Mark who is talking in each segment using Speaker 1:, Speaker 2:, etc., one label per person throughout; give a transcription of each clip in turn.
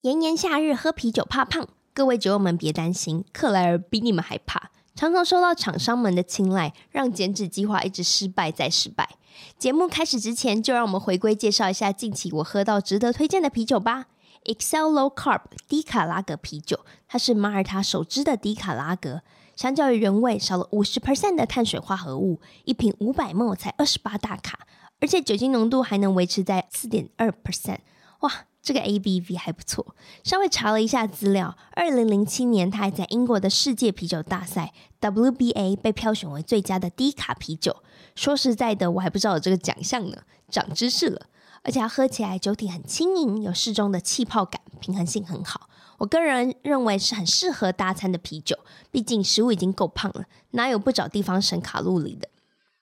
Speaker 1: 炎炎夏日喝啤酒怕胖，各位酒友们别担心，克莱尔比你们还怕。常常受到厂商们的青睐，让减脂计划一直失败再失败。节目开始之前，就让我们回归介绍一下近期我喝到值得推荐的啤酒吧。Excel Low Carb 低卡拉格啤酒，它是马耳他首支的低卡拉格。相较于原味，少了五十 percent 的碳水化合物，一瓶五百 ml 才二十八大卡，而且酒精浓度还能维持在四点二 percent。哇，这个 ABV 还不错。稍微查了一下资料，二零零七年它还在英国的世界啤酒大赛 WBA 被票选为最佳的低卡啤酒。说实在的，我还不知道有这个奖项呢，长知识了。而且它喝起来酒体很轻盈，有适中的气泡感，平衡性很好。我个人认为是很适合搭餐的啤酒，毕竟食物已经够胖了，哪有不找地方省卡路里的？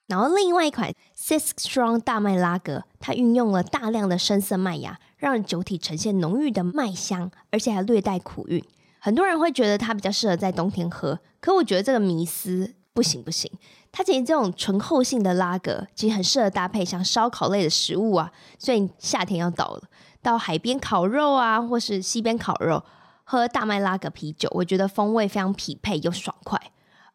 Speaker 1: 然后另外一款 Six Strong 大麦拉格，它运用了大量的深色麦芽，让酒体呈现浓郁的麦香，而且还略带苦韵。很多人会觉得它比较适合在冬天喝，可我觉得这个迷思不行不行。它其实这种醇厚性的拉格，其实很适合搭配像烧烤类的食物啊，所以夏天要到了，到海边烤肉啊，或是西边烤肉，喝大麦拉格啤酒，我觉得风味非常匹配又爽快。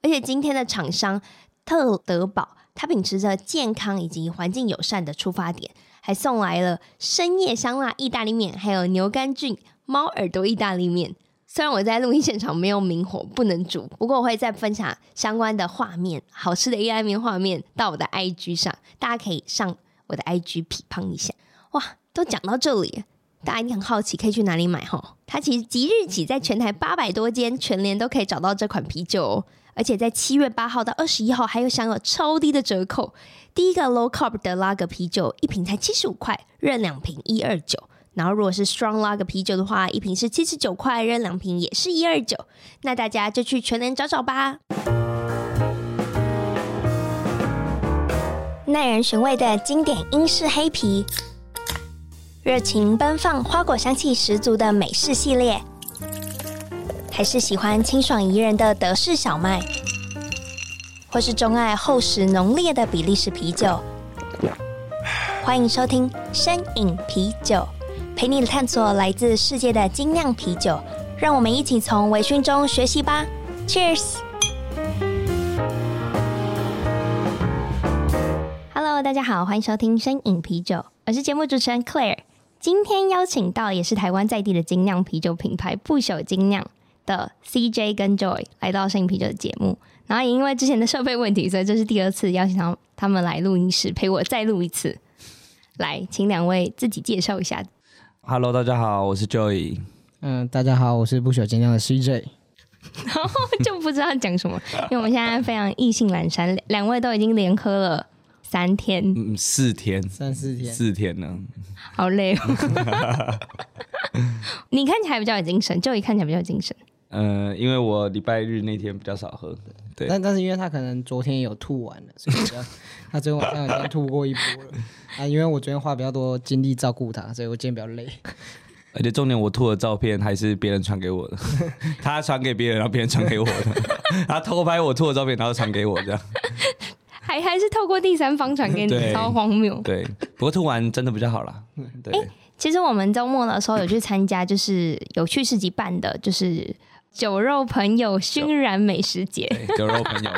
Speaker 1: 而且今天的厂商特德堡，它秉持着健康以及环境友善的出发点，还送来了深夜香辣意大利面，还有牛肝菌猫耳朵意大利面。 虽然我在录音现场没有明火，不能煮，不过我会再分享相关的画面，好吃的意大利面画面到我的 IG 上，大家可以上我的 IG 匹胖一下。哇，都讲到这里了，大家一定很好奇可以去哪里买吼？它其实即日起在全台八百多间全联都可以找到这款啤酒哦。而且在七月八号到二十一号还有享有超低的折扣。第一个 low carb 的拉格啤酒一瓶才七十五块，任两瓶一二九。然后如果是 strong 拉格啤酒的话，一瓶是七十九块，任两瓶也是一二九。那大家就去全联找找吧。耐人寻味的经典英式黑啤，热情奔放、花果香气十足的美式系列。还是喜欢清爽宜人的德式小麦，或是钟爱厚实浓烈的比利时啤酒。欢迎收听《深饮啤酒》，陪你探索来自世界的精酿啤酒。让我们一起从微醺中学习吧！Cheers。Hello，大家好，欢迎收听《深饮啤酒》，我是节目主持人 Claire。今天邀请到也是台湾在地的精酿啤酒品牌不朽精酿的 CJ 跟 Joy 来到摄影啤酒的节目，然后也因为之前的设备问题，所以这是第二次邀请到他们来录音室陪我再录一次。来，请两位自己介绍一下。
Speaker 2: Hello，大家好，我是 Joey。
Speaker 3: 嗯，大家好，我是不朽精酿的 CJ。
Speaker 1: 然后就不知道讲什么，因为我们现在非常意兴阑珊，两两位都已经连喝了三天，
Speaker 2: 嗯，四天，
Speaker 3: 三四天
Speaker 2: 四天呢？
Speaker 1: 好累哦。 你看起来比较有精神，Joy 看起来比较有精神。
Speaker 2: 呃，因为我礼拜日那天比较少喝，对
Speaker 3: 但但是因为他可能昨天有吐完了，所以比较他昨天晚上已经吐过一波了啊。因为我昨天花比较多精力照顾他，所以我今天比较累。
Speaker 2: 而且重点我吐的照片还是别人传给 我的，他传给别人，然后别人传给我的，他偷拍我吐的照片，然后传给我 这样。
Speaker 1: 还还是透过第三方传给你，
Speaker 2: 对
Speaker 1: 超荒谬。
Speaker 2: 对，不过吐完真的比较好啦。对，
Speaker 1: 其实我们周末的时候有去参加，就是有趣市集办的，就是酒肉朋友熏然美食节，
Speaker 2: 对酒肉朋 友，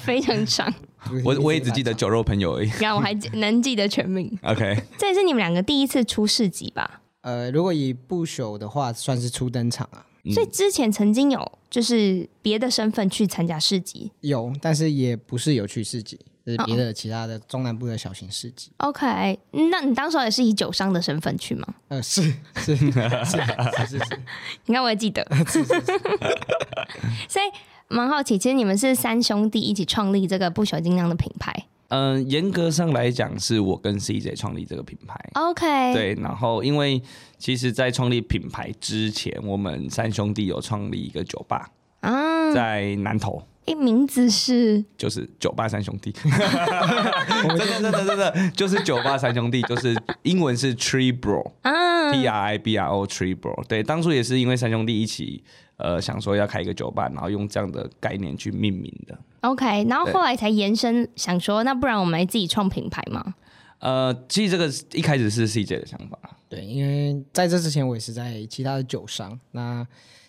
Speaker 1: 非常长。
Speaker 2: 我我也只记得酒肉朋友而已。
Speaker 1: 然后我还记能记得全 名。
Speaker 2: OK，
Speaker 1: 这也是你们两个第一次出市集吧？
Speaker 3: 呃，如果以不朽的话，算是初登场啊。
Speaker 2: 嗯
Speaker 1: 所以之前曾经有就是别的身份去参加市集。
Speaker 3: 有，但是也不是有趣市集，就是
Speaker 1: 哦
Speaker 3: 别的其他的中南部的小型市集。
Speaker 1: OK，那你当时候也是以酒商的身份去吗？
Speaker 3: 呃，是是是是是是，
Speaker 1: 你看我也记得， 所以蛮好奇，其实你们是三兄弟一起创立这个不朽精酿的品牌。
Speaker 2: 嗯、严格上来讲，是我跟 CJ 创立这个品牌。
Speaker 1: OK，，
Speaker 2: 对，然后因为其实，在创立品牌之前，我们三兄弟有创立一个酒吧，
Speaker 1: 啊，
Speaker 2: 在南投，
Speaker 1: 诶，名字是
Speaker 2: 就是酒吧三兄弟。真的真的真的，就是酒吧三兄弟，就是英文是 Tree Bro
Speaker 1: 啊
Speaker 2: T R I B R O Tree Bro。对，当初也是因为三兄弟一起，呃，想说要开一个酒吧，然后用这样的概念去命名的。
Speaker 1: ，OK，然后
Speaker 2: 对
Speaker 1: 后来才延伸，想说那不然我们来自己创品牌嘛？
Speaker 2: 呃，其实这个是一开始是 CJ 的想法，
Speaker 3: 对，因为在这之前我也是在其他的酒商，那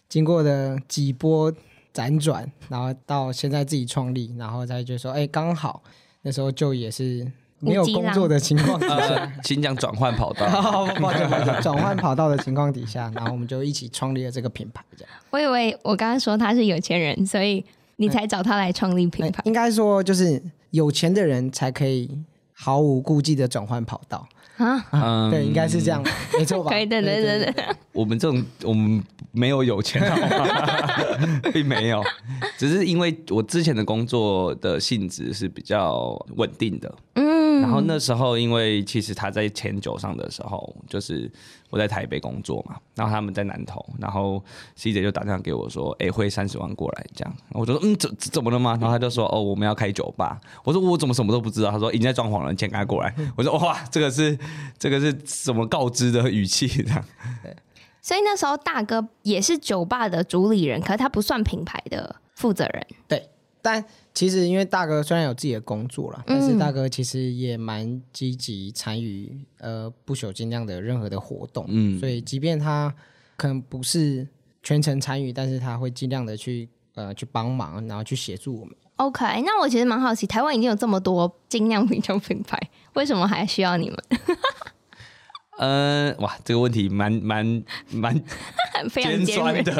Speaker 3: 经过的几波辗转，然后到现在自己创立，然后再就说，哎，刚好那时候就也是没有
Speaker 1: 无鸡
Speaker 3: 工
Speaker 1: 啦
Speaker 3: 作的情况底下，
Speaker 2: 呃，请讲转换跑道。
Speaker 3: 好，抱歉抱歉， 转换跑道的情况底下，然后我们就一起创立了这个品牌，这样。
Speaker 1: 我以为我刚刚说他是有钱人，所以你才找他来创立品
Speaker 3: 哎
Speaker 1: 牌。
Speaker 3: 应该说就是有钱的人才可以毫无顾忌的转换跑道，
Speaker 1: 啊，
Speaker 2: 嗯，
Speaker 3: 对，应该是这样，没错吧？
Speaker 1: 可以，对对对对，
Speaker 2: 我们这种我们没有有钱 好吗，并没有，只是因为我之前的工作的性质是比较稳定的，
Speaker 1: 嗯，
Speaker 2: 然后那时候因为其实他在前九上的时候，就是我在台北工作嘛，然后他们在南投，然后 C 姐就打电话给我说，哎、汇三十万过来这样，然后我就说嗯怎怎怎么了吗？然后他就说哦我们要开酒吧，我说我怎么什么都不知道，他说已经在装潢了，你先赶快过来，我说哇这个是这个是怎么告知的语气这样。
Speaker 1: 所以那时候大哥也是酒吧的主理人，可是他不算品牌的负责人。
Speaker 3: 但其实因为大哥虽然有自己的工作啦，但是大哥其实也蛮积极参与呃不朽精酿的任何的活动，
Speaker 2: 嗯
Speaker 3: 所以即便他可能不是全程参与，但是他会尽量的去呃去帮忙，然后去协助我们。
Speaker 1: OK，那我其实蛮好奇，台湾已经有这么多精酿啤酒品牌，为什么还需要你们？
Speaker 2: 嗯，哇，这个问题蛮蛮蛮
Speaker 1: 非常
Speaker 2: 尖
Speaker 1: 尖
Speaker 2: 酸
Speaker 1: 锐。
Speaker 2: 的。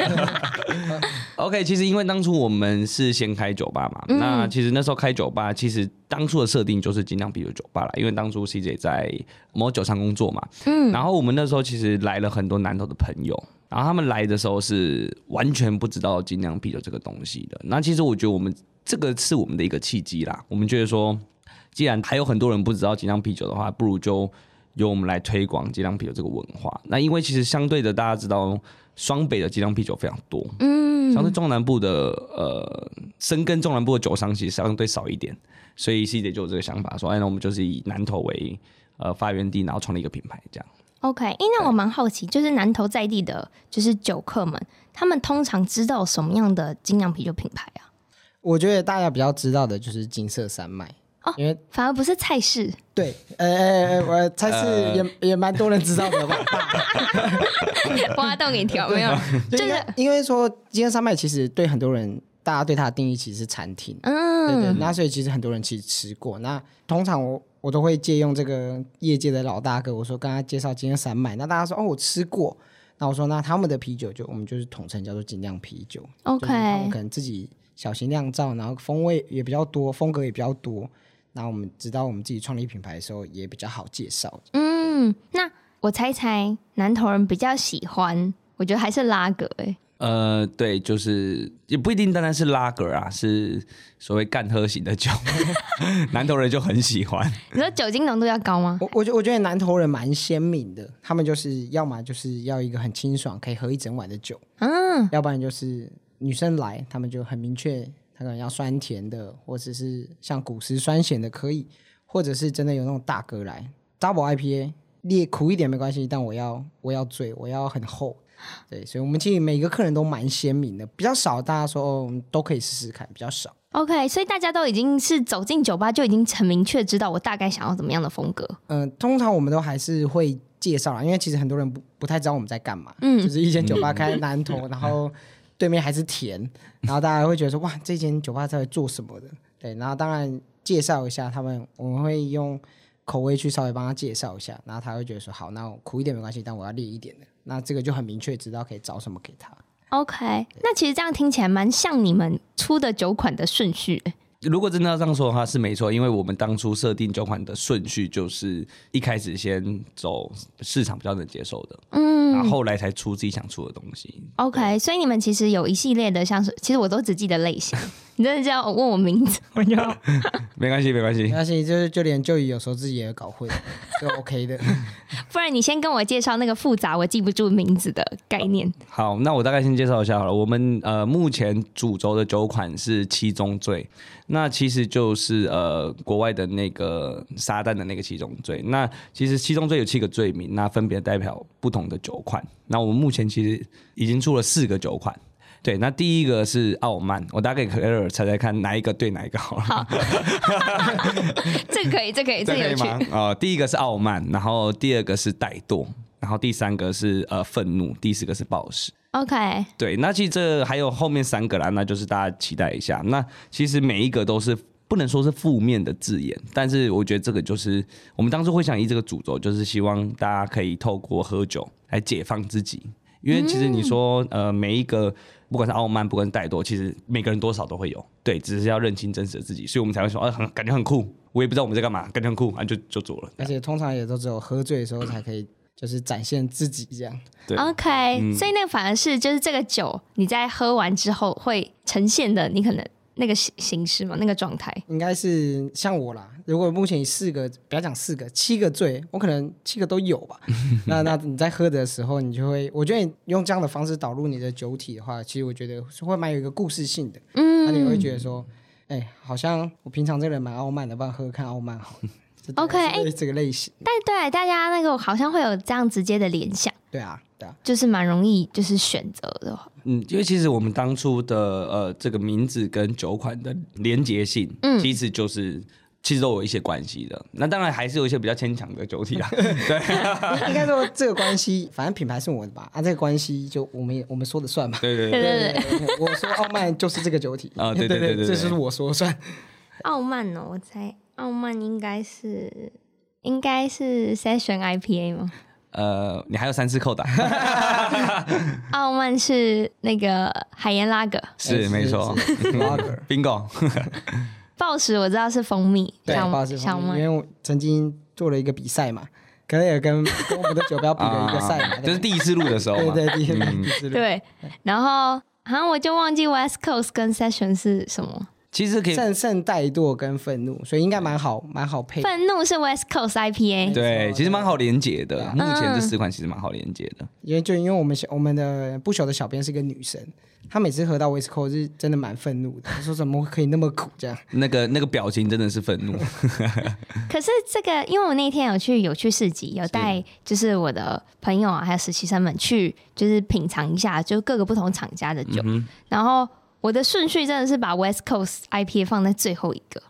Speaker 2: OK，其 实因为当初我们是先开酒吧嘛，
Speaker 1: 嗯
Speaker 2: 那其实那时候开酒吧，其实当初的设定就是精酿啤酒酒吧啦，因为当初 CJ 在某酒商工作嘛，嗯，然后我们那时候其实来了很多南投的朋友。然后他们来的时候是完全不知道精酿啤酒这个东西的。那其实我觉得我们这个是我们的一个契机啦。我们觉得说，既然还有很多人不知道精酿啤酒的话，不如就由我们来推广精酿啤酒这个文化。那因为其实相对的，大家知道双北的精酿啤酒非常多，嗯，相对中南部的呃深耕中南部的酒商其实相对少一点，所以 C 姐就有这个想法说，哎，那我们就是以南投为呃发源地，然后创立一个品牌这样。
Speaker 1: OK，诶，那我蛮好奇，就是南投在地的，就是酒客们，他们通常知道什么样的精酿啤酒品牌啊？
Speaker 3: 我觉得大家比较知道的就是金色山脉，
Speaker 1: 哦
Speaker 3: 因为
Speaker 1: 反而不是菜市，
Speaker 3: 对，呃呃呃，我猜是也、也蛮多人知道的吧。
Speaker 1: 挖洞给跳，没有，
Speaker 2: 啊
Speaker 1: 就
Speaker 3: 就
Speaker 1: 是
Speaker 3: 应该因为说金色山脉其实对很多人，大家对它的定义其实是餐厅，对对，
Speaker 1: 嗯，
Speaker 3: 那所以其实很多人其实吃过。那通常我我都会借用这个业界的老大哥，我说跟他介绍金色山脉，那大家说哦我吃过，那我说那他们的啤酒就我们就是统称叫做精酿啤酒就是他们
Speaker 1: OK，
Speaker 3: 可能自己小型酿造，然后风味也比较多，风格也比较多。那我们知道我们自己创立品牌的时候也比较好介绍，
Speaker 1: 嗯，那我猜猜南投人比较喜欢，我觉得还是拉格、欸，
Speaker 2: 呃，对，就是也不一定单单是拉格啊，是所谓干喝型的 酒，南投人就很喜欢。
Speaker 1: 你说酒精浓度要高吗？
Speaker 3: 我我觉我觉得南投人蛮鲜明的，他们就是要么就是要一个很清爽可以喝一整晚的酒，
Speaker 1: 嗯，
Speaker 3: 要不然就是女生来，他们就很明确，他可能要酸甜的，或者是像古诗酸咸的可以，或者是真的有那种大哥来 double IPA 烈苦一点没关系，但我要我要醉，我要很厚。对，所以我们其实每个客人都蛮鲜明的，比较少大家说哦我们都可以试试看，比较少。
Speaker 1: OK，所以大家都已经是走进酒吧就已经很明确知道我大概想要怎么样的风格。
Speaker 3: 嗯，通常我们都还是会介绍啦，因为其实很多人不不太知道我们在干嘛。
Speaker 1: 嗯
Speaker 3: 就是一间酒吧开在南头，然后对面还是田，然后大家会觉得说哇，这间酒吧在做什么的？对，然后当然介绍一下他们，我们会用口味去稍微帮他介绍一下，然后他会觉得说好，那我苦一点没关系，但我要烈一点的。那这个就很明确知道可以找什么给他。
Speaker 1: OK，那其实这样听起来蛮像你们出的酒款的顺序。欸
Speaker 2: 如果真的要这样说的话，是没错，因为我们当初设定酒款的顺序就是一开始先走市场比较能接受的，嗯，然后后来才出自己想出的东西。
Speaker 1: OK，所以你们其实有一系列的，像是其实我都只记得类型。你真的这样问我名字，我就
Speaker 2: 没关系，没关系
Speaker 1: 嗯
Speaker 3: 没，关系，就是就连就有时候自己也搞混，就 OK 的。
Speaker 1: 不然你先跟我介绍那个复杂我记不住名字的概念。
Speaker 2: 好，那我大概先介绍一下好了。我们呃目前主轴的酒款是七宗罪，那其实就是呃国外的那个撒旦的那个七宗罪。那其实七宗罪有七个罪名，那分别代表不同的酒款。那我们目前其实已经出了四个酒款。对，那第一个是傲慢，我打给 Clare 猜猜看哪一个对哪一个好了。
Speaker 1: 好，这个可以，这个可以，这
Speaker 2: 这可
Speaker 1: 个
Speaker 2: 以
Speaker 1: 有趣。
Speaker 2: 吗？哦，第一个是傲慢，然后第二个是怠惰，然后第三个是呃愤怒，第四个是暴食。
Speaker 1: OK，
Speaker 2: 对，那其实这还有后面三个啦，那就是大家期待一下。那其实每一个都是不能说是负面的字眼，但是我觉得这个就是我们当初会想以这个主轴，就是希望大家可以透过喝酒来解放自己。因为其实你说，呃，每一个不管是傲慢，不管是怠惰，其实每个人多少都会有，对，只是要认清真实的自己，所以我们才会说，啊，很感觉很酷，我也不知道我们在干嘛，感觉很酷，啊，就就做了。
Speaker 3: 而且通常也都只有喝醉的时候才可以，就是展现自己这样。
Speaker 2: 对
Speaker 1: OK，、所以那反而是就是这个酒，你在喝完之后会呈现的，你可能那个形形式嘛，那个状态。
Speaker 3: 应该是像我啦，如果目前以四个，不要讲四个，七个醉，我可能七个都有吧。那那你在喝的时候，你就会，我觉得你用这样的方式导入你的酒体的话，其实我觉得是会蛮有一个故事性的。嗯，那你会觉得说，哎、好像我平常这个人蛮傲慢的，不然喝喝看傲慢好了。这大概
Speaker 1: OK，
Speaker 3: 是这个类型，
Speaker 1: 但对大家那个好像会有这样直接的联想，
Speaker 3: 对啊，对啊，
Speaker 1: 就是蛮容易就是选择的。
Speaker 2: 嗯，因为其实我们当初的呃这个名字跟酒款的连结性，嗯，其实就是其实都有一些关系的。那当然还是有一些比较牵强的酒 体啦，啊
Speaker 3: 应该说这个关系，反正品牌是我的吧，啊，这个关系就我们也我们说的算嘛。
Speaker 2: 对对
Speaker 1: 对
Speaker 2: 对。
Speaker 1: 对对，
Speaker 3: 对我说傲慢就是这个酒体
Speaker 2: 啊对对
Speaker 3: 对
Speaker 2: 对对对
Speaker 3: 这就是我说算。
Speaker 1: 傲慢哦，我猜傲慢应该是应该是 Session IPA 吗？
Speaker 2: 呃，你还有三次 扣打，
Speaker 1: 傲慢是那个海盐拉格，
Speaker 2: 是
Speaker 3: 哎
Speaker 2: 没错
Speaker 3: 是 是 Lager
Speaker 2: ，bingo。
Speaker 1: 暴食我知道是蜂蜜，
Speaker 3: 对，
Speaker 1: 小
Speaker 3: 不好意思，
Speaker 1: 小
Speaker 3: 因
Speaker 1: 麦
Speaker 3: 为我曾经做了一个比 赛嘛，可能也跟跟我们的酒标比 了一个赛嘛，
Speaker 2: 啊这是第一次录的时候
Speaker 3: 对
Speaker 2: 嘛，嗯
Speaker 3: 对对，第一第一次录
Speaker 1: 对， 然后好像我就忘记 West Coast 跟 Session 是什么。
Speaker 2: 其实可以，
Speaker 3: 胜胜怠惰跟愤怒，所以应该蛮好，蛮好配。
Speaker 1: 愤怒是 West Coast IPA，
Speaker 2: 对，
Speaker 3: 没错
Speaker 2: 其实蛮好连结的。目
Speaker 1: 啊
Speaker 3: 嗯
Speaker 2: 前这四款其实蛮好连结的，
Speaker 3: 因为就因为我们小我们的不朽的小编是一个女生，她每次喝到威斯寇是真的蛮愤怒的，她 说怎么可以那么苦这样？
Speaker 2: 那个那个表情真的是愤怒，
Speaker 1: 可是这个，因为我那天有去有去市集，有带就是我的朋友啊，还有实习生们去，就是品尝一下，就各个不同厂家的酒。
Speaker 3: 嗯
Speaker 1: 然后我的顺序真的是把 West Coast IPA 放在最后一个，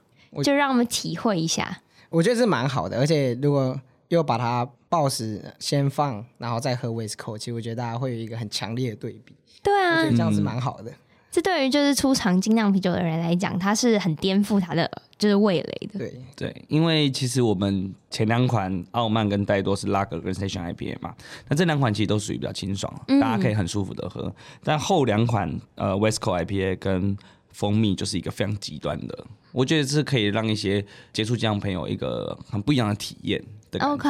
Speaker 1: 就让我们体会一下。
Speaker 3: 我觉得是蛮好的，而且如果又把它暴食先放，然后再喝威斯寇，其实我觉得大家会有一个很强烈的对比，
Speaker 1: 对
Speaker 3: 我觉
Speaker 1: 啊
Speaker 3: 得，这样是
Speaker 2: 嗯
Speaker 3: 蛮好的。
Speaker 1: 这对于就是初尝精酿啤酒的人来讲，它是很颠覆他的就是味蕾的。
Speaker 3: 对，
Speaker 2: 对，因为其实我们前两款傲慢跟怠惰是拉格跟 Station IPA 嘛，那这两款其实都属于比较清爽，大家可以很舒服的喝。但后两款呃 West c o IPA 跟蜂蜜就是一个非常极端的，我觉得是可以让一些接触这样朋友一个很不一样的体验的感觉。
Speaker 1: OK，、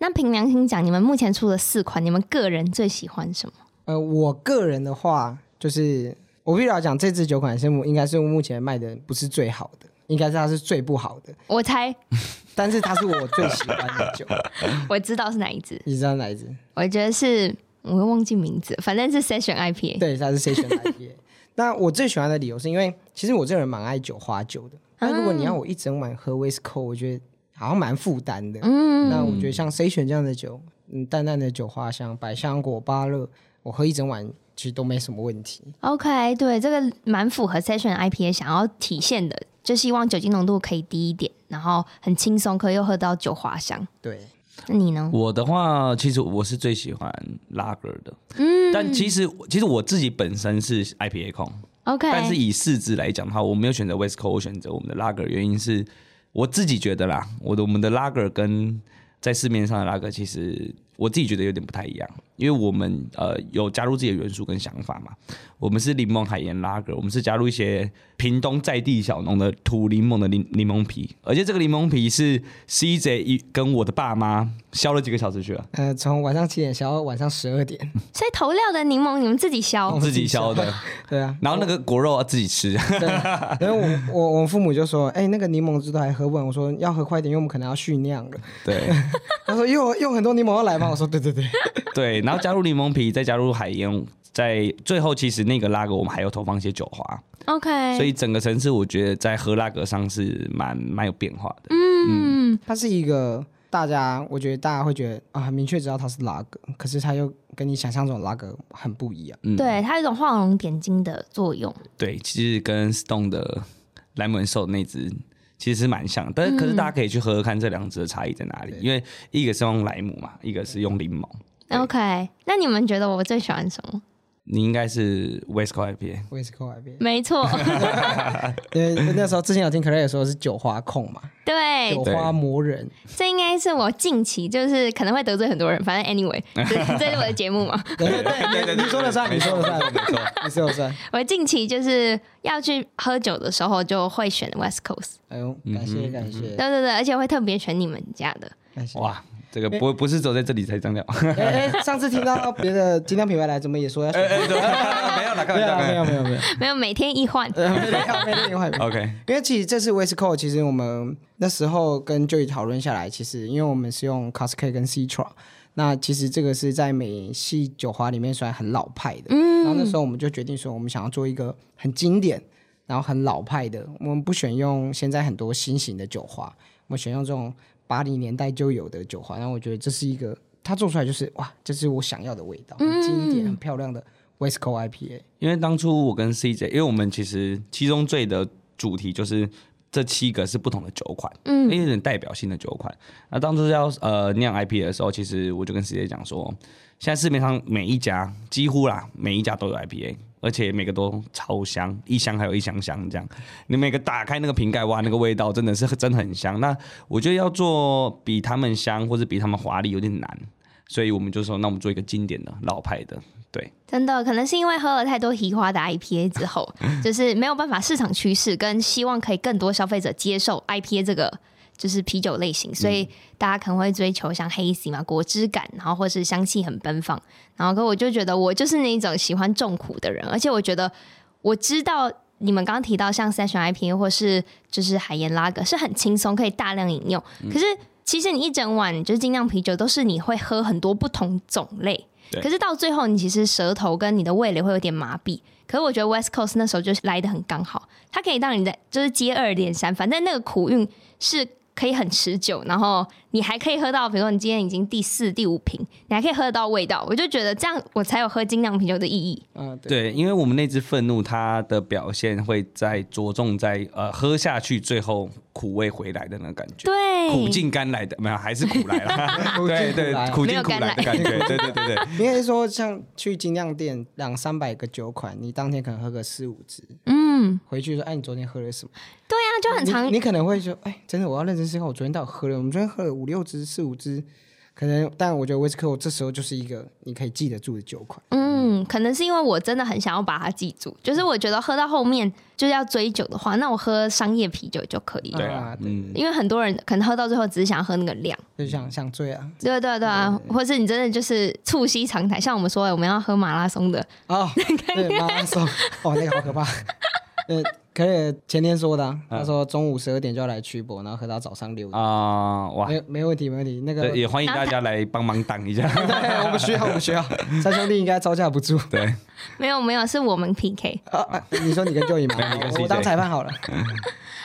Speaker 1: 那
Speaker 3: 嗯
Speaker 1: 凭良心讲，你们目前出了四款，你们个人最喜欢什么？
Speaker 3: 呃，我个人的话，就是我必须要讲，这支酒款是目应该是目前卖的不是最好的，应该是它是最不好的，
Speaker 1: 我猜
Speaker 3: 但是它是我最喜欢的酒。
Speaker 1: 我知道是哪一支。
Speaker 3: 你知道哪一支？
Speaker 1: 我觉得是，我会忘记名字，反正是 Session IPA。
Speaker 3: 对，它是谁选哪一页？那我最喜欢的理由是因为，其实我这个人蛮爱酒花酒的。那如果你让我一整晚喝威士扣，我觉得好像蛮负担的。嗯，那我觉得像 C 选这样的酒，嗯，淡淡的酒花香、百香果、芭乐，我喝一整晚其实都没什么问题。
Speaker 1: OK，对，这个蛮符合 Session IPA 想要体现的，就希望酒精浓度可以低一点，然后很轻松，可又喝到酒花香。
Speaker 3: 对，
Speaker 1: 那你呢？
Speaker 2: 我的话，其实我是最喜欢拉格的，嗯，但其实其实我自己本身是 IPA 控，
Speaker 1: OK，
Speaker 2: 但是以市值来讲的话，我没有选择 West Coast，我选择我们的 Lager，原因是我自己觉得啦，我的我们的 Lager 跟在市面上的 Lager 其实我自己觉得有点不太一样，因为我们呃有加入自己的元素跟想法嘛，我们是柠檬海盐 Lager，我们是加入一些屏东在地小农的土柠檬的柠柠檬皮，而且这个柠檬皮是 CJ 一跟我的爸妈削了几个小时去了。
Speaker 3: 呃，从晚上七点消到晚上十二点。
Speaker 1: 所以投料的柠檬你们自己削。
Speaker 2: 哦自己削 的，
Speaker 3: 对啊，
Speaker 2: 然后那个果肉要自己吃，
Speaker 3: 然后我我我父母就说：“哎、那个柠檬汁都还喝不完。”我说：“要喝快一点，因为我们可能要续酿了。
Speaker 2: 对。”
Speaker 3: 他说：“用用很多柠檬要来吗？”我说：“对对对。
Speaker 2: 对，然后加入柠檬皮，再加入海盐，在最后其实那个拉格我们还有投放一些酒花，
Speaker 1: OK，
Speaker 2: 所以整个层次我觉得在喝拉格上是蛮蛮有变化的。
Speaker 1: 嗯”
Speaker 3: 它是一个大家，我觉得大家会觉得啊，很明确知道它是拉格，可是它又跟你想象中的拉格很不一样。
Speaker 2: 嗯
Speaker 1: 对，它有一种画龙点睛的作用。
Speaker 2: 对，其实跟 Stone 的莱姆兽那只其实是蛮像，但是可是大家可以去喝喝看这两只的差异在哪里，因为一个是用莱姆嘛，一个是用柠檬。对
Speaker 1: OK，那你们觉得我最喜欢什么？
Speaker 2: 你应该是 West Coast IPA，
Speaker 3: 我也是扣外边，
Speaker 1: 没 错，
Speaker 3: 因为那时候之前有听 Clare 说是酒花控嘛，
Speaker 1: 对
Speaker 3: 酒，花 魔人，
Speaker 1: 这应该是我近期就是可能会得罪很多人，反正 anyway，这这是我的节目嘛。
Speaker 3: 对对对对，你说了算，你说了算，
Speaker 2: 没错。
Speaker 3: 你说了算。
Speaker 1: 我近期就是要去喝酒的时候就会选 West Coast，
Speaker 3: 哎呦，
Speaker 2: 嗯
Speaker 3: 感谢感谢
Speaker 1: 对对对，而且会特别选你们家的。
Speaker 3: 感谢。
Speaker 2: 哇，这个不不是走在这里才这样聊，
Speaker 3: 哎哎，上次听到别的精酿品牌来，怎么也说要选？
Speaker 2: 没有啦，哎开
Speaker 3: 哎
Speaker 2: 玩笑，
Speaker 3: 没有没有没有没有，
Speaker 1: 没有每天一换，
Speaker 3: 呃 没有没有没有没有。
Speaker 2: OK，
Speaker 3: 因为其实这次 West Coast，其实我们那时候跟 Joey 讨论下来，其实因为我们是用 Costco 跟 Citra，那其实这个是在美系酒花里面算很老派的。嗯，然后那时候我们就决定说，我们想要做一个很经典，然后很老派的，我们不选用现在很多新型的酒花，我们选用这种八零年代就有的酒花。然后我觉得这是一个，它做出来就是哇，这是我想要的味道，很经典、很漂亮的 West Coast IPA。
Speaker 2: 因为当初我跟 CJ，因为我们其实七宗罪的主题就是这七个是不同的酒款，嗯，有点代表性的酒款。那当初要呃酿 IP 的时候，其实我就跟 CJ 讲说，现在市面上每一家几乎啦，每一家都有 IPA。而且每个都超香，一箱还有一箱香这样。你每个打开那个瓶盖，哇，那个味道真的是真的很香。那我觉得要做比他们香或者比他们华丽有点难，所以我们就说，那我们做一个经典的老派的，对，
Speaker 1: 真的可能是因为喝了太多移花的 IPA 之后，就是没有办法市场趋势跟希望可以更多消费者接受 IPA 这个就是啤酒类型，所以大家可能会追求像黑色嘛果汁感，然后或是香气很奔放。然后可我就觉得我就是那一种喜欢重苦的人，而且我觉得我知道。你们刚刚提到像三选 IPA 或是就是海盐拉格是很轻松可以大量饮用，可是其实你一整晚就是精酿啤酒都是你会喝很多不同种类，
Speaker 2: 对
Speaker 1: 可是到最后，你其实舌头跟你的味蕾会有点麻痹。可是我觉得 West Coast 那时候就是来的很刚好，它可以让你在就是接二连三，反正那个苦韵是可以很持久，然后你还可以喝到，比如说你今天已经第四、第五瓶，你还可以喝得到味道。我就觉得这样我才有喝精酿啤酒的意义。
Speaker 3: 嗯，对。
Speaker 2: 对，因为我们那只愤怒，它的表现会在着重在呃喝下去，最后苦味回来的那个感觉，
Speaker 1: 对，
Speaker 2: 苦尽甘来的没有，还是苦来 了，对对，苦
Speaker 1: 没
Speaker 2: 尽
Speaker 1: 有
Speaker 2: 苦
Speaker 1: 甘
Speaker 2: 来的感觉，对对对对，
Speaker 3: 应该说，像去精酿店两三百个酒款，你当天可能喝个四五支，
Speaker 1: 嗯，
Speaker 3: 回去说，哎，你昨天喝了什么？
Speaker 1: 对啊，就很常
Speaker 3: 你你可能会说，哎，真的，我要认真思考，我昨天到底喝了，我们昨天喝了五六支、四五支，可能，但我觉得威士克这时候就是一个你可以记得住的酒款。
Speaker 1: 嗯，可能是因为我真的很想要把它记住，就是我觉得喝到后面就是要追酒的话，那我喝商业啤酒就可以了
Speaker 2: 对啊，嗯，
Speaker 1: 因为很多人可能喝到最后只是想喝那个量。
Speaker 3: 就像像醉啊，
Speaker 1: 对对对啊，或是你真的就是促膝长谈，像我们说的，我们要喝马拉松的，
Speaker 3: 哦，对，马拉松，哦，那个好可怕。呃，可以前天说的啊、
Speaker 2: 嗯
Speaker 3: 他说中午十二点就要来曲博，然后喝到早上六点，
Speaker 2: 啊哇
Speaker 3: 没，有没问题，没问题。那个
Speaker 2: 对，也欢迎大家来帮忙挡一下，
Speaker 3: 对，我们需要，我们需要。三兄弟应该招架不住。
Speaker 2: 对，
Speaker 1: 没有没有，是我们 PK。
Speaker 3: 啊啊！你说你跟 Joey
Speaker 2: 没有你
Speaker 3: 吗
Speaker 2: 跟？
Speaker 3: 我
Speaker 2: CJ
Speaker 3: 我当裁判好了。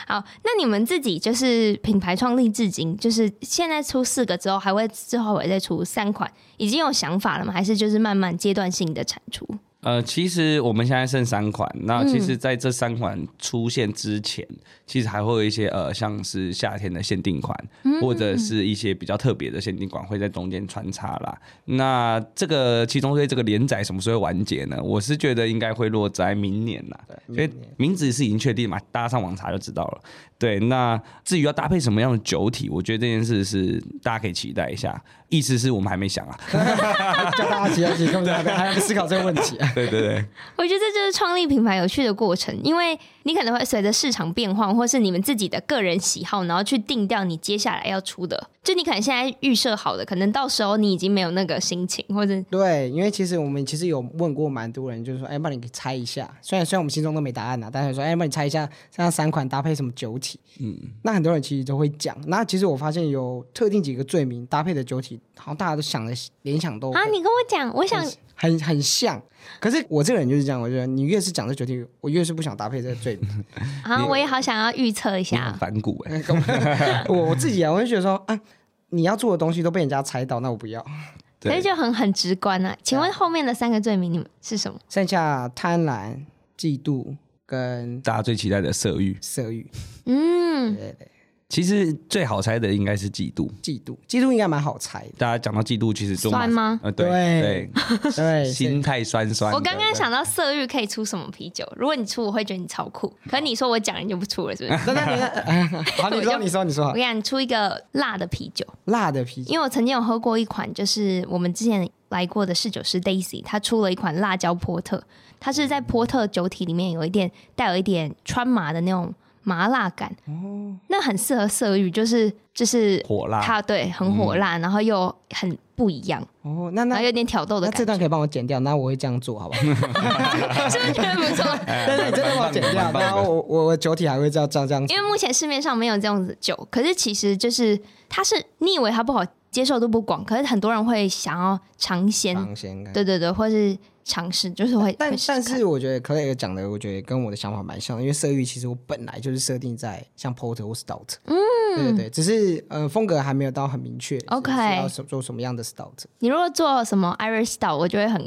Speaker 1: 好，那你们自己就是品牌创立至今，就是现在出四个之后，还会之后还会再出三款，已经有想法了吗？还是就是慢慢阶段性的产出？
Speaker 2: 呃，其实我们现在剩三款，那其实在这三款出现之前，其实还会有一些呃，像是夏天的限定款，或者是一些比较特别的限定款会在中间穿插啦。那这个其中对这个连载什么时候会完结呢？我是觉得应该会落在明年啦，因为名字是已经确定嘛，大家上网查就知道了。对，那至于要搭配什么样的酒体，我觉得这件事是大家可以期待一下。意思是我们还没想啊，
Speaker 3: 叫大家起来，起根本就还没还没思考这个问题啊。
Speaker 2: 对对对。
Speaker 1: 我觉得这就是创立品牌有趣的过程，因为你可能会随着市场变换，或是你们自己的个人喜好，然后去定掉你接下来要出的。就你可能现在预设好的，可能到时候你已经没有那个心情，或者
Speaker 3: 对，因为其实我们其实有问过蛮多人，就是说，哎，帮你猜一下。虽然虽然我们心中都没答案呐、但是说，哎，帮你猜一下，像三款搭配什么酒体？嗯，那很多人其实都会讲。那其实我发现有特定几个罪名搭配的酒体，好像大家都想的联想都
Speaker 1: 啊，你跟我讲，我想
Speaker 3: 很很像。可是我这个人就是这样，我觉得你越是讲这酒体，我越是不想搭配这个罪名。
Speaker 1: 啊，我也好想要预测一
Speaker 2: 你很
Speaker 1: 下，
Speaker 2: 反骨哎、
Speaker 3: 我我自己啊，我就觉得说，啊，你要做的东西都被人家猜到，那我不要。
Speaker 1: 所以
Speaker 2: 对，
Speaker 1: 就很很直观啊。请问后面的三个罪名你们是什么？
Speaker 3: 剩下贪婪、嫉妒跟
Speaker 2: 大家最期待的色欲，
Speaker 3: 色欲，
Speaker 1: 嗯，
Speaker 3: 对对，
Speaker 2: 其实最好猜的应该是嫉妒。
Speaker 3: 嫉妒，嫉妒应该蛮好猜的，
Speaker 2: 大家讲到嫉妒，其实就马
Speaker 1: 酸吗
Speaker 2: 呃，对
Speaker 3: 对
Speaker 2: 对，
Speaker 3: 对，
Speaker 2: 心态酸酸的。
Speaker 1: 我刚刚想到色欲可以出什么啤酒？如果你出，我会觉得你超酷。可你说我讲人就不出了，是不 是？
Speaker 3: 等等等等，哎 好，你说你说你
Speaker 1: 我
Speaker 3: 说
Speaker 1: 跟，你讲，你出一个辣的啤酒，
Speaker 3: 辣的啤酒，
Speaker 1: 因为我曾经有喝过一款，就是我们之前来过的侍酒师 Daisy，她出了一款辣椒波特，它是在波特酒体里面有一点带有一点川麻的那种麻辣感，那很适合色欲，就是就是
Speaker 2: 火辣，
Speaker 1: 它对很火辣，然后又很不一样，
Speaker 3: 哦，那
Speaker 1: 然
Speaker 3: 那
Speaker 1: 后有点挑逗的
Speaker 3: 那这
Speaker 1: 感
Speaker 3: 段
Speaker 1: 觉，
Speaker 3: 可以帮我剪掉，那我会这样做，好 不好？
Speaker 1: 是不是觉 得不错？
Speaker 3: 但是你真的帮我剪掉，
Speaker 2: 蛮棒的
Speaker 3: 然后我我我酒体还会这样这样这样子
Speaker 1: 因为目前市面上没有这样子酒，可是其实就是它是你以为它不好接受度不广，可是很多人会想要尝鲜，
Speaker 3: 尝鲜感。
Speaker 1: 对对对，或是尝试，就是会。
Speaker 3: 嗯但
Speaker 1: 会试试
Speaker 3: 但
Speaker 1: 看
Speaker 3: 是我觉得 Clay 讲的，我觉得跟我的想法蛮像的，因为色域其实我本来就是设定在像 Porter 或 Stout，嗯，对对对，只是呃风格还没有到很明确
Speaker 1: OK
Speaker 3: 是要什做什么样的 Stout。
Speaker 1: 你如果做什么 Irish Stout，我就会很，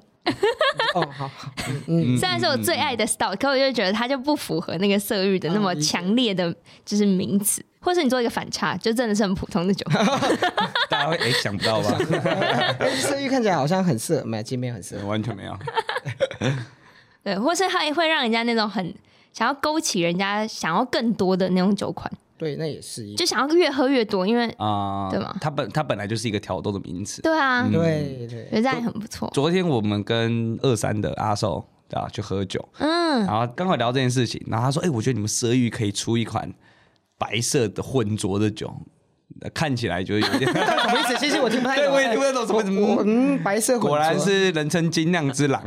Speaker 3: 哦，好，好嗯，啊
Speaker 1: 虽然是我最爱的 Stout，可我就觉得它就不符合那个色域的那么强烈的，就是名词。或是你做一个反差，就真的是很普通的酒。
Speaker 2: 大家会哎想不 到吧？
Speaker 3: 色域看起来好像很适合，买今天很适合。
Speaker 2: 完全没有。
Speaker 1: 对，或是它也会让人家那种很想要勾起人家想要更多的那种酒款，
Speaker 3: 对，那也是一
Speaker 1: 就想要越喝越多，因为
Speaker 2: 啊、
Speaker 1: 对吗
Speaker 2: 它本它本来就是一个挑逗的名词。
Speaker 1: 对啊，
Speaker 3: 对对
Speaker 1: 觉
Speaker 2: 嗯
Speaker 1: 得这样也很不错。
Speaker 2: 昨天我们跟二三的阿寿对吧去喝酒，
Speaker 1: 嗯，
Speaker 2: 然后刚好聊这件事情，然后他说：“哎、我觉得你们蛇玉可以出一款白色的浑浊的酒，呃看起来就是有点……
Speaker 3: 什么意思？其实我听不太懂。哎
Speaker 2: 对，我也听不太懂什么什
Speaker 3: 我
Speaker 2: 么。
Speaker 3: 嗯，白色混浊
Speaker 2: 果然是人称精酿之 狼。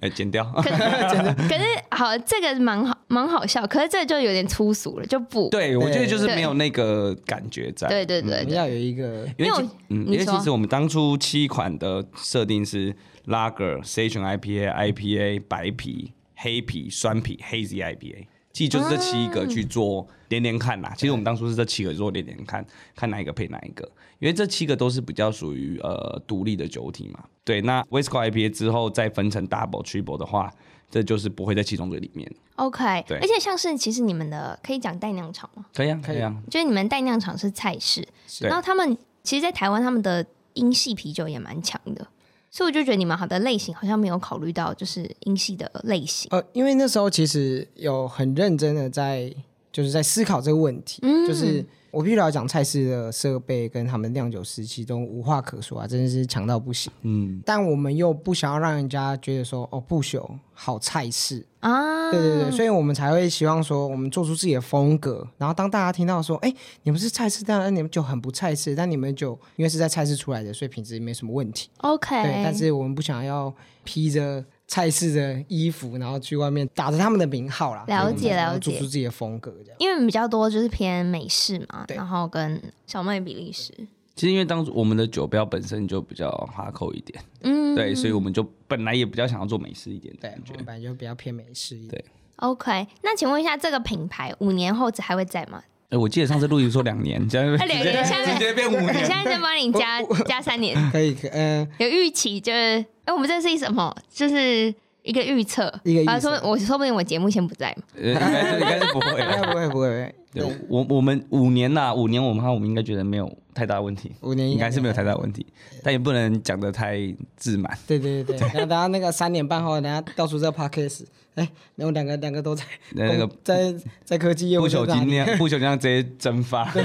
Speaker 2: 哎、剪掉。
Speaker 1: 可是可是好，这个蛮好蛮好笑，可是这就有点粗俗了，就不
Speaker 2: 对，啊我觉得就是
Speaker 1: 对
Speaker 2: 没有那个感觉在。
Speaker 1: 对对
Speaker 3: 我
Speaker 1: 对
Speaker 3: 们
Speaker 1: 对，
Speaker 3: 要有一个
Speaker 2: 因
Speaker 1: 没
Speaker 2: 为其
Speaker 1: 有
Speaker 2: 嗯，
Speaker 1: 你
Speaker 2: 因为
Speaker 1: 说
Speaker 2: 其实我们当初七款的设定是拉格、Station IPA、IPA、白啤、黑啤、酸啤、Hazy IPA，其实就是这七个去做连连看
Speaker 1: 啊
Speaker 2: 啦。其实我们当初是这七个做连连看，看哪一个配哪一个，因为这七个都是比较属于呃独立的酒体嘛。对，那 w i s c o IPA 之后再分成 Double、Triple 的话，这就是不会在其中这里面。
Speaker 1: OK，
Speaker 2: 对
Speaker 1: 而且像是其实你们的可以讲代酿厂吗？
Speaker 2: 可以啊，
Speaker 3: 可以
Speaker 2: 可以啊，
Speaker 1: 就是你们代酿厂是菜式，
Speaker 2: 对
Speaker 1: 然后他们其实，在台湾他们的英系啤酒也蛮强的，所以我就觉得你们好的类型好像没有考虑到就是英系的类型。
Speaker 3: 呃，因为那时候其实有很认真的在就是在思考这个问题，
Speaker 2: 嗯
Speaker 3: 就是我必须要讲蔡司的设备跟他们酿酒师其中无话可说啊，真的是强到不行。
Speaker 2: 嗯，
Speaker 3: 但我们又不想要让人家觉得说哦不朽好菜式，
Speaker 1: 啊，
Speaker 3: 对对对，所以我们才会希望说我们做出自己的风格。然后当大家听到说哎你们是菜式，但你们就很不菜式，但你们就因为是在菜式出来的，所以品质没什么问题。
Speaker 1: ，OK，
Speaker 3: 对，但是我们不想要披着菜市的衣服，然后去外面打着他们的名号啦。
Speaker 1: 了解
Speaker 3: 然后
Speaker 1: 了解
Speaker 3: 做出自己的风格这样。
Speaker 1: 因为比较多就是偏美式嘛，
Speaker 3: 对
Speaker 1: 然后跟小麦比利时，
Speaker 2: 其实因为当初我们的酒标本身就比较哈扣一点，
Speaker 1: 嗯，
Speaker 2: 对，所以我们就本来也比较想要做美式一点的
Speaker 3: 对
Speaker 2: 感，觉
Speaker 3: 我。们本来就比较偏美式一点。
Speaker 2: 对
Speaker 1: OK，那请问一下，这个品牌五年后还会在吗？
Speaker 2: 哎、我记得上次录音说两 年，这样
Speaker 1: 啊两年下面
Speaker 2: 直接变五
Speaker 1: 我现
Speaker 2: 年。
Speaker 1: 在在帮你 加加三年，
Speaker 3: 可以，可嗯、
Speaker 1: 有预期就是，哎、我们这是一什么？就是一个预测，
Speaker 3: 一个预测
Speaker 1: 啊，说我说不定我节目先不 在嘛。
Speaker 2: 呃，应该是应该是不会啦。
Speaker 3: 呃，不会不会不会，
Speaker 2: 对，我我们五年呐、五年我们看我们应该觉得没有太大问题，
Speaker 3: 五年
Speaker 2: 应该是没有太大问题，但也不能讲的太自满。
Speaker 3: 对对对 对，然后等下那个三年半后，等下到处这 podcast，哎，然后两个两个都在
Speaker 2: 那个
Speaker 3: 工在在科技业务
Speaker 2: 不朽
Speaker 3: 在哪
Speaker 2: 精
Speaker 3: 里
Speaker 2: 酿，不朽精酿直接蒸发。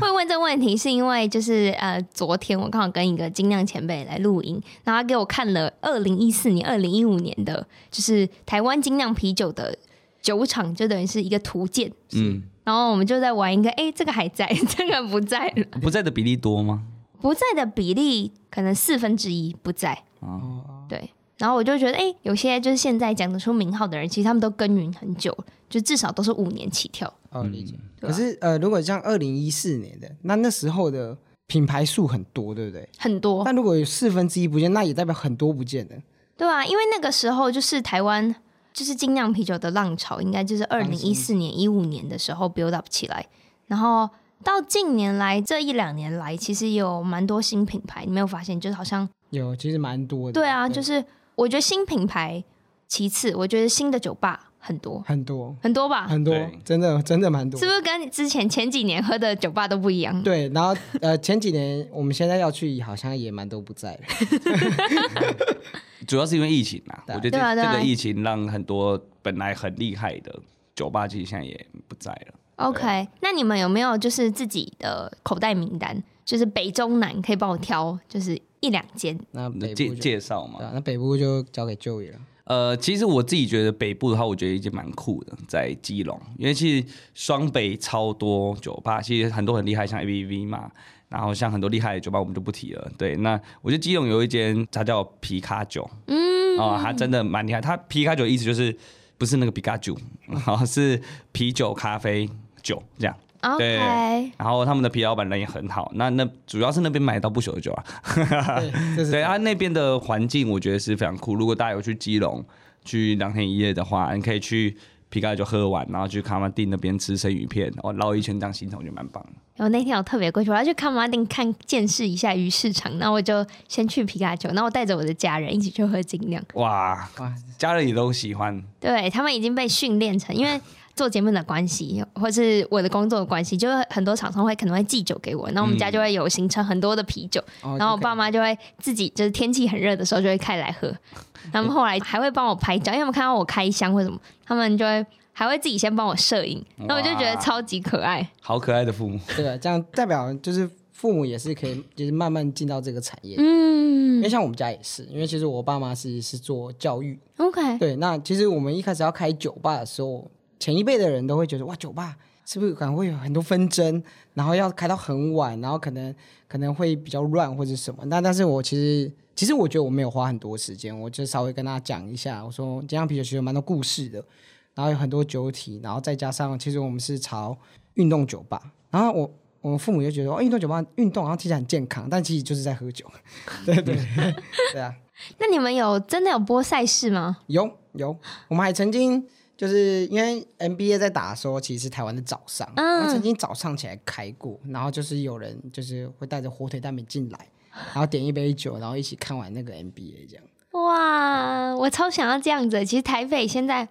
Speaker 1: 会问这问题是因为就是呃，昨天我刚好跟一个精酿前辈来录音，然后他给我看了二零一四年、二零一五年的，就是台湾精酿啤酒的酒厂，就等于是一个图鉴。
Speaker 2: 嗯，
Speaker 1: 然后我们就在玩一个，哎、这个还在， 这个不在了，
Speaker 2: 不在的比例多吗？
Speaker 1: 不在的比例可能四分之一不在。
Speaker 2: 啊，
Speaker 1: 对，然后我就觉得，哎、有些就是现在讲得出名号的人，其实他们都耕耘很久了，就至少都是五年起跳。
Speaker 3: 哦，理解。
Speaker 1: 对
Speaker 3: 可
Speaker 1: 啊
Speaker 3: 是呃，如果像二零一四年的，那那时候的品牌数很多，对不对？
Speaker 1: 很多，
Speaker 3: 但如果有四分之一不见，那也代表很多不见的。
Speaker 1: 对啊，因为那个时候就是台湾就是精酿啤酒的浪潮，应该就是二零一四年、一五年的时候 build up 起来，然后到近年来这一两年来，其实有蛮多新品牌，你没有发现？就是好像
Speaker 3: 有其实蛮多的。
Speaker 1: 对啊，就是我觉得新品牌，其次我觉得新的酒吧很多
Speaker 3: 很多
Speaker 1: 很多吧，
Speaker 3: 很多
Speaker 2: 对，
Speaker 3: 真的真的蛮多
Speaker 1: 啊是。不是跟之前前几年喝的酒吧都不一样？
Speaker 3: 对，然后呃，前几年我们现在要去，好像也蛮多不在了。
Speaker 2: 主要是因为疫情啊，
Speaker 3: 对啊
Speaker 2: 我觉得
Speaker 1: 对啊
Speaker 2: 这
Speaker 1: 对啊
Speaker 2: 这个疫情让很多本来很厉害的酒吧，其实现在也不在了。
Speaker 1: OK，那你们有没有就是自己的口袋名单？就是北中南可以帮我挑，就是一两间。
Speaker 3: 那
Speaker 2: 你的
Speaker 3: 北
Speaker 2: 介
Speaker 3: 部就
Speaker 2: 介绍
Speaker 3: 对、
Speaker 2: 嘛，，
Speaker 3: 啊那北部就交给 Joey 了。
Speaker 2: 呃，其实我自己觉得北部的话，我觉得已经蛮酷的，在基隆，因为其实双北超多酒吧，其实很多很厉害，像 A B V 嘛，然后像很多厉害的酒吧我们就不提了。对，那我觉得基隆有一间，它叫皮卡酒，嗯，啊、它真的蛮厉害。它皮卡酒的意思就是不是那个皮卡酒， 然后是啤酒、咖啡、酒这样。
Speaker 1: OK，
Speaker 2: 然后他们的皮老板人也很好，那那主要是那边买到不朽的酒啊，
Speaker 3: 对，这是
Speaker 2: 对啊，那边的环境我觉得是非常酷。如果大家有去基隆去两天一夜的话，你可以去皮卡就喝完，然后去卡马蒂那边吃生鱼片，哦，绕一圈这样行程我觉得蛮棒的。
Speaker 1: 然后那天我特别过去，我要去看马丁看见识一下鱼市场，那我就先去皮卡丘，那我带着我的家人一起去喝精酿。
Speaker 2: 哇，
Speaker 3: 哇，
Speaker 2: 家人也都喜欢，
Speaker 1: 对他们已经被训练成， 因为做节目的关系，或是我的工作的关系，就是很多厂商会可能会寄酒给我，那我们家就会有形成很多的啤酒，
Speaker 3: 哦
Speaker 1: 然后我
Speaker 3: 就可以
Speaker 1: 爸妈就会自己就是天气很热的时候就会开来喝，他们后来还会帮我拍照，因为他们看到我开箱或什么，他们就会还会自己先帮我摄影，那我就觉得
Speaker 2: 哇
Speaker 1: 超级可爱。
Speaker 2: 好可爱的父母。
Speaker 3: 对啊，这样代表就是父母也是可以，就是慢慢进到这个产业。因
Speaker 1: 嗯
Speaker 3: 为像我们家也是，因为其实我爸妈是是做教育，
Speaker 1: ，OK，
Speaker 3: 对，那其实我们一开始要开酒吧的时候，前一辈的人都会觉得哇，酒吧是不是可能会有很多纷争，然后要开到很晚，然后可能可能会比较乱或者什么。那但是我其实其实我觉得我没有花很多时间，我就稍微跟大家讲一下，我说金酿啤酒其实有蛮多故事的，然后有很多酒体，然后再加上其实我们是朝运动酒吧，然后我。我们父母就觉得哦，运动酒吧运动，然后听起来很健康，但其实就是在喝酒。 对对对对啊，
Speaker 1: 那你们有真的有播赛事吗？
Speaker 3: 有有，我们还曾经就是因为 NBA 在打的时候，其实是台湾的早上，
Speaker 1: 嗯
Speaker 3: 我曾经早上起来开过，然后就是有人就是会带着火腿蛋饼进来，然后点一杯酒，然后一起看完那个 NBA 这样。
Speaker 1: 哇，我超想要这样子。其实台北现在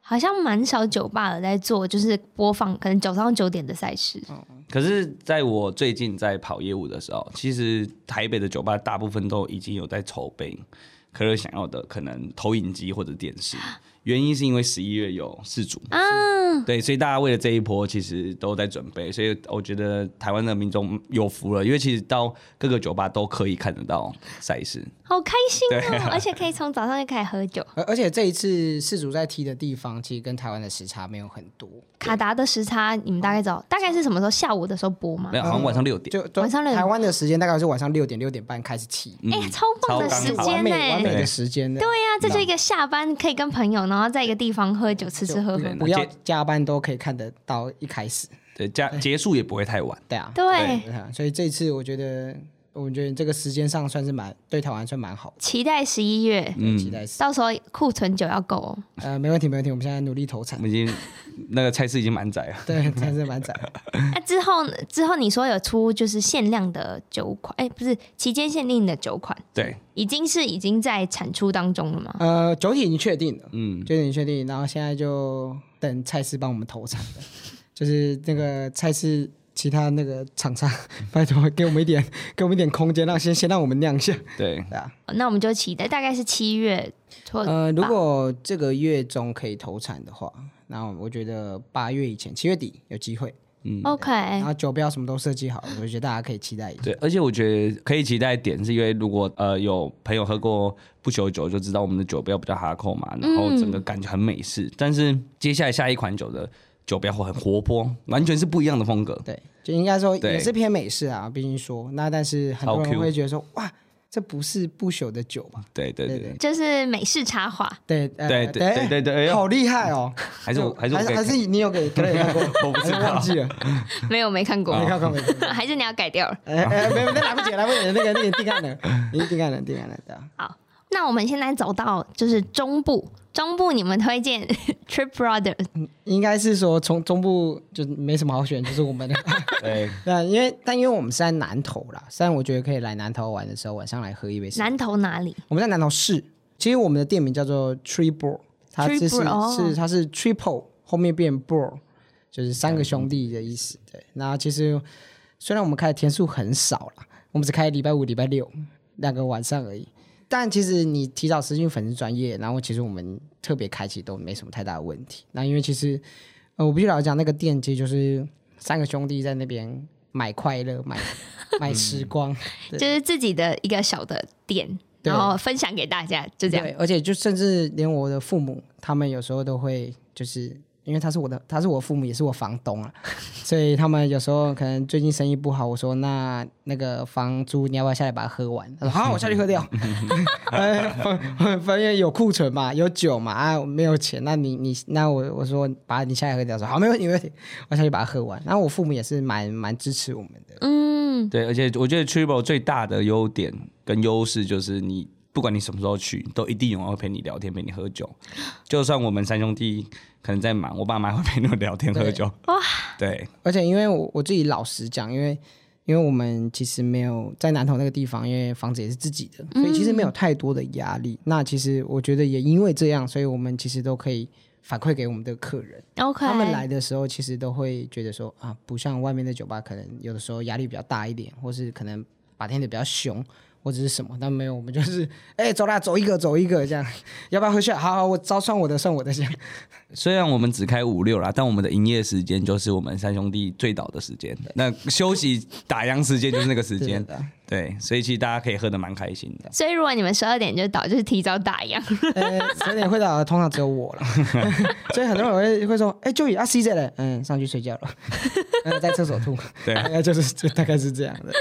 Speaker 1: 好像蛮少酒吧有在做，就是播放可能早上九点的赛事。
Speaker 3: 嗯
Speaker 2: 可是，在我最近在跑业务的时候，其实台北的酒吧大部分都已经有在筹备可乐想要的可能投影机或者电视，原因是因为十一月有四组啊，对，所以大家为了这一波其实都在准备，所以我觉得台湾的民众有福了，因为其实到各个酒吧都可以看得到赛事，
Speaker 1: 好开心 哦！而且可以从早上就开始喝酒。
Speaker 3: 而而且这一次世足在踢的地方，其实跟台湾的时差没有很多，
Speaker 1: 卡达的时差你们大概知道，大概是什么时候？下午的时候播吗
Speaker 2: 没？有，好像晚上六点，
Speaker 3: 啊就就
Speaker 1: 晚上六点
Speaker 3: 台湾的时间大概是晚上六点六点半开始踢，
Speaker 1: 哎、超棒的时
Speaker 2: 超
Speaker 1: 间
Speaker 3: 完
Speaker 1: 呢、
Speaker 3: 美完美
Speaker 2: 对
Speaker 3: 的时间呢。
Speaker 1: 对啊呀、这就一个下班可以跟朋友，然后在一个地方喝酒、吃吃喝喝。
Speaker 3: 不要加班都可以看得到一开始，
Speaker 2: 对，加结束也不会太晚。
Speaker 3: 对啊，
Speaker 1: 对，
Speaker 3: 对啊所以这一次我觉得，我觉得这个时间上算是蛮对台湾算蛮好的，
Speaker 1: 期待十一月，
Speaker 3: 嗯，期待是
Speaker 1: 到时候库存酒要够哦。
Speaker 3: 呃，没问题没问题，我们现在努力投产
Speaker 2: 我，们已经那个菜市已经满载了，
Speaker 3: 对，真是蛮赞。
Speaker 1: 那、之后呢之后你说有出就是限量的酒款，哎、不是期间限定的酒款，
Speaker 2: 对，
Speaker 1: 已经是已经在产出当中了吗？
Speaker 3: 呃，酒体已经确定了，
Speaker 2: 嗯，
Speaker 3: 酒体已经确定，然后现在就等蔡司帮我们投产了， 就是那个蔡司。其他那个厂商，拜托给我们一点， 给我们一点空间，让先先让我们酿一下，
Speaker 2: 对。
Speaker 3: 对啊。
Speaker 1: 那我们就期待大概是七月或
Speaker 3: 呃，如果这个月中可以投产的话，那我觉得八月以前，七月底有机会。然
Speaker 1: OK
Speaker 3: 后酒标什么都设计好了，我觉得大家可以期待一下。
Speaker 2: 对，而且我觉得可以期待的点，是因为如果呃有朋友喝过不朽酒，就知道我们的酒标比较哈扣嘛，然后整
Speaker 3: 嗯
Speaker 2: 个感觉很美式。但是接下来下一款酒的酒标会很活泼，完全是不一样的风格。
Speaker 3: 对，就应该说
Speaker 2: 对
Speaker 3: 也是偏美式啊，毕竟说那，但是很多
Speaker 2: 超
Speaker 3: 人
Speaker 2: Q
Speaker 3: 会觉得说，哇，这不是不朽的酒吧？
Speaker 2: 对对对
Speaker 3: 对
Speaker 2: 对，
Speaker 1: 就是美式茶花，
Speaker 3: 对，呃
Speaker 2: 对对对对对哎呦
Speaker 3: 好厉害哦！
Speaker 2: 还是我还是我
Speaker 3: 还是
Speaker 2: 可以
Speaker 3: 还是你有给可 能有看过，
Speaker 2: 我不
Speaker 3: 还
Speaker 2: 知
Speaker 3: 是
Speaker 2: 道
Speaker 3: 忘记了，
Speaker 1: 没有没看过，
Speaker 3: 没看过没 看 过。
Speaker 1: 还是你要改掉了？
Speaker 3: 哎哎，没没来不及，来不及，那个那个定案了，你定案了，定案了，对啊。
Speaker 1: 好，那我们现在走到就是中部，中部你们推荐 Trip Brothers
Speaker 3: 应该是说从中部就没什么好选，就是我们的。
Speaker 2: 对，
Speaker 3: 对，啊因为但因为我们是在南投啦，虽然我觉得可以来南投玩的时候，晚上来喝一杯。
Speaker 1: 南投哪里？
Speaker 3: 我们在南投市，其实我们的店名叫做 Tree b r o 它就是
Speaker 1: Tree Bro，哦
Speaker 3: 是它是 Triple 后面变 b r o 就是三个兄弟的意思。对，那其实虽然我们开的天数很少啦，我们只开礼拜五、礼拜六两个晚上而已。但其实你提早私讯粉丝专业，然后其实我们特别开启都没什么太大的问题。那因为其实呃，我必须老实讲，那个店其实就是三个兄弟在那边买快乐、 买买时光，对
Speaker 1: 就是自己的一个小的店，
Speaker 3: 对
Speaker 1: 然后分享给大家，就这样
Speaker 3: 对，。而且就甚至连我的父母，他们有时候都会就是。因为他是我的，他是我父母，也是我房东啊， 所以他们有时候可能最近生意不好，我说那那个房租你要不要下来把它喝完？他说好，我下去喝掉。 哎反反正有库存嘛，有酒嘛，啊我没有钱，那你你那我我说把你下来喝掉，说好没问题没问题，我下去把它喝完。然后我父母也是蛮蛮支持我们的，
Speaker 1: 嗯，
Speaker 2: 对，而且我觉得 Triple 最大的优点跟优势就是你。不管你什么时候去，都一定有人会陪你聊天，陪你喝酒。就算我们三兄弟可能在忙，我爸妈会陪你们聊天喝酒。哇！对，
Speaker 3: 而且因为我我自己老实讲，因为因为我们其实没有在南投那个地方，因为房子也是自己的，所以其实没有太多的压力。那其实我觉得也因为这样，所以我们其实都可以反馈给我们的客人。
Speaker 1: ，OK，
Speaker 3: 他们来的时候，其实都会觉得说啊，不像外面的酒吧，可能有的时候压力比较大一点，或是可能把天的比较凶，或者是什么。但没有，我们就是哎、走啦，走一个，走一个这样，要不要喝去？好好，我招算我的，算我的这样。
Speaker 2: 虽然我们只开五六啦，但我们的营业时间就是我们三兄弟最早的时间，那休息打烊时间就是那个时 间。
Speaker 3: 的。
Speaker 2: 对，所以其实大家可以喝的蛮开心的。
Speaker 1: 所以如果你们十二点就到，就是提早打烊。
Speaker 3: 呃，十点会倒的通常只有我了，所以很多人会会说，哎、就有啊 CJ 了，嗯，上去睡觉了，嗯、在厕所吐，
Speaker 2: 对
Speaker 3: 大概就是就大概是这样的。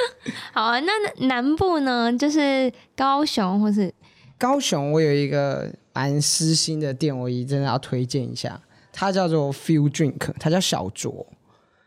Speaker 1: 好啊，那南部呢，就是高雄或是
Speaker 3: 高雄我有一个蛮私心的店，我一定真的要推荐一下，它叫做 Few Drink，它叫小酌，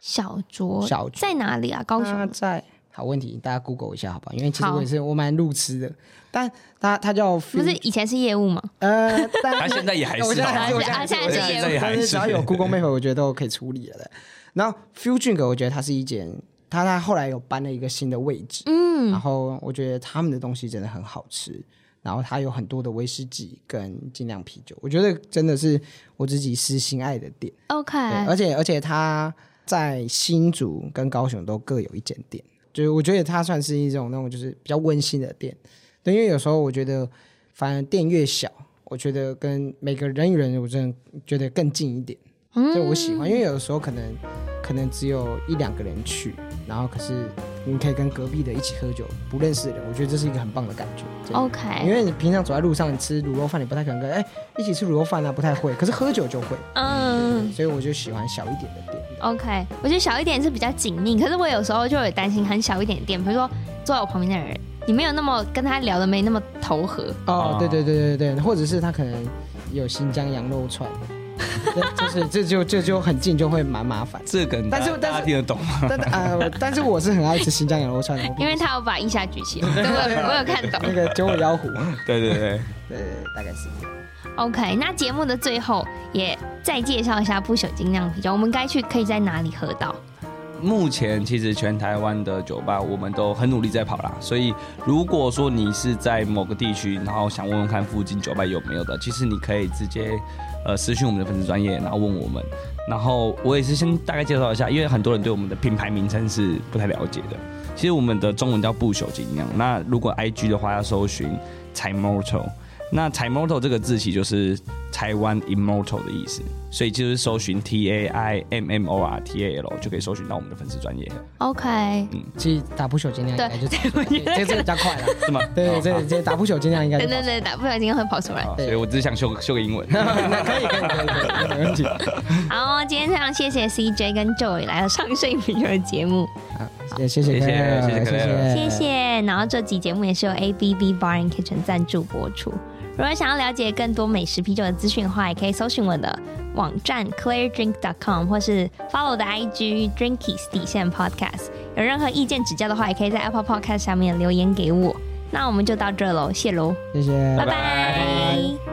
Speaker 1: 小酌，
Speaker 3: 小酌
Speaker 1: 在哪里啊？高雄
Speaker 3: 它在。好问题，大家 Google 一下好不好？因为其实
Speaker 1: 好
Speaker 3: 我也是我蛮路痴的，但它它叫
Speaker 1: 不
Speaker 3: Few,
Speaker 1: 是以前是业务吗？
Speaker 3: 呃，但
Speaker 2: 他现在也还是
Speaker 3: 我现在
Speaker 2: 啊
Speaker 3: 还是，我现
Speaker 1: 啊
Speaker 3: 在
Speaker 1: 现在
Speaker 3: 还
Speaker 1: 是
Speaker 3: 是，
Speaker 1: 业务
Speaker 2: 现在也还
Speaker 3: 但
Speaker 2: 是
Speaker 3: 是只要有 Google Map，我觉得都可以处理了的。然后 Fusion 我觉得它是一间，它它后来有搬了一个新的位置，嗯，然后我觉得他们的东西真的很好吃，然后它有很多的威士忌跟精酿啤酒，我觉得真的是我自己私心爱的店，
Speaker 1: OK，
Speaker 3: 对，而且而且它在新竹跟高雄都各有一间店，就是我觉得它算是一种那种就是比较温馨的店，对，因为有时候我觉得，反而店越小，我觉得跟每个人与人，我真的觉得更近一点，
Speaker 1: 嗯
Speaker 3: 所以呃我喜欢，因为有的时候可能可能只有一两个人去，然后可是你可以跟隔壁的一起喝酒，不认识的人，我觉得这是一个很棒的感觉。真的
Speaker 1: OK，
Speaker 3: 因为你平常走在路上，你吃卤肉饭，你不太可能跟哎、一起吃卤肉饭啊，不太会。可是喝酒就会，
Speaker 1: 嗯。
Speaker 3: 所以我就喜欢小一点的店。
Speaker 1: OK，我觉得小一点是比较紧密，可是我有时候就有担心很小一点的店，比如说坐在我旁边的人，你没有那么跟他聊的没那么投合，
Speaker 3: 哦
Speaker 2: 啊，
Speaker 3: 对对对对对，或者是他可能有新疆羊肉 串，对就是这就这就很近，就会蛮麻烦。
Speaker 2: 这个
Speaker 3: 但是
Speaker 2: 大家
Speaker 3: 但是
Speaker 2: 大家听得懂吗？
Speaker 3: 但呃，但是我是很爱吃新疆羊肉串的，我
Speaker 1: 因为他有把腋下举 起来，对我有我有看
Speaker 3: 那
Speaker 1: 懂。
Speaker 3: 个九尾妖 狐，
Speaker 2: 对对对，
Speaker 3: 对，大概是这样。
Speaker 1: OK，那节目的最后也再介绍一下不朽精酿啤酒，我们该去可以在哪里喝到？
Speaker 2: 目前其实全台湾的酒吧我们都很努力在跑啦，所以如果说你是在某个地区，然后想问问看附近酒吧有没有的，其实你可以直接呃私讯我们的粉丝专业，然后问我们。然后我也是先大概介绍一下，因为很多人对我们的品牌名称是不太了解的。其实我们的中文叫不朽精酿，那如果 IG 的话要搜寻柴 mortal，那柴 mortal 这个字其实就是台湾 immortal 的意思，所以就是搜寻 T A I M M O R T A L 就可以搜寻到我们的粉丝专业，
Speaker 1: OK，
Speaker 3: 其实打不朽尽量应该就 这
Speaker 1: 对我觉得
Speaker 3: 这这比较快了。
Speaker 2: 是吗？
Speaker 3: 对，
Speaker 2: 哦好
Speaker 3: 这这打不朽尽量应该就
Speaker 1: 等等等，打不小心会跑出来。
Speaker 2: 好所以我只是想修修个英文。
Speaker 3: 那可以可以可以可以，没 问题。
Speaker 1: 好哦，今天非常谢谢 CJ 跟 Joy 来到上睡啤酒的节目。
Speaker 3: 也谢
Speaker 2: 谢
Speaker 3: 谢
Speaker 2: 谢
Speaker 3: Claire，
Speaker 2: 谢谢
Speaker 3: 嗯
Speaker 2: Claire
Speaker 1: 谢谢。然后这集节目也是由 A B B Bar and Kitchen 赞助播出。如果想要了解更多美食啤酒的资讯的话，也可以搜寻我的网站 clairedrink.com 或是 follow 我的 IG Drinkies 底线 Podcast。有任何意见指教的话，也可以在 Apple Podcast 下面留言给我。那我们就到这喽，谢喽，
Speaker 3: 谢谢，
Speaker 1: 拜拜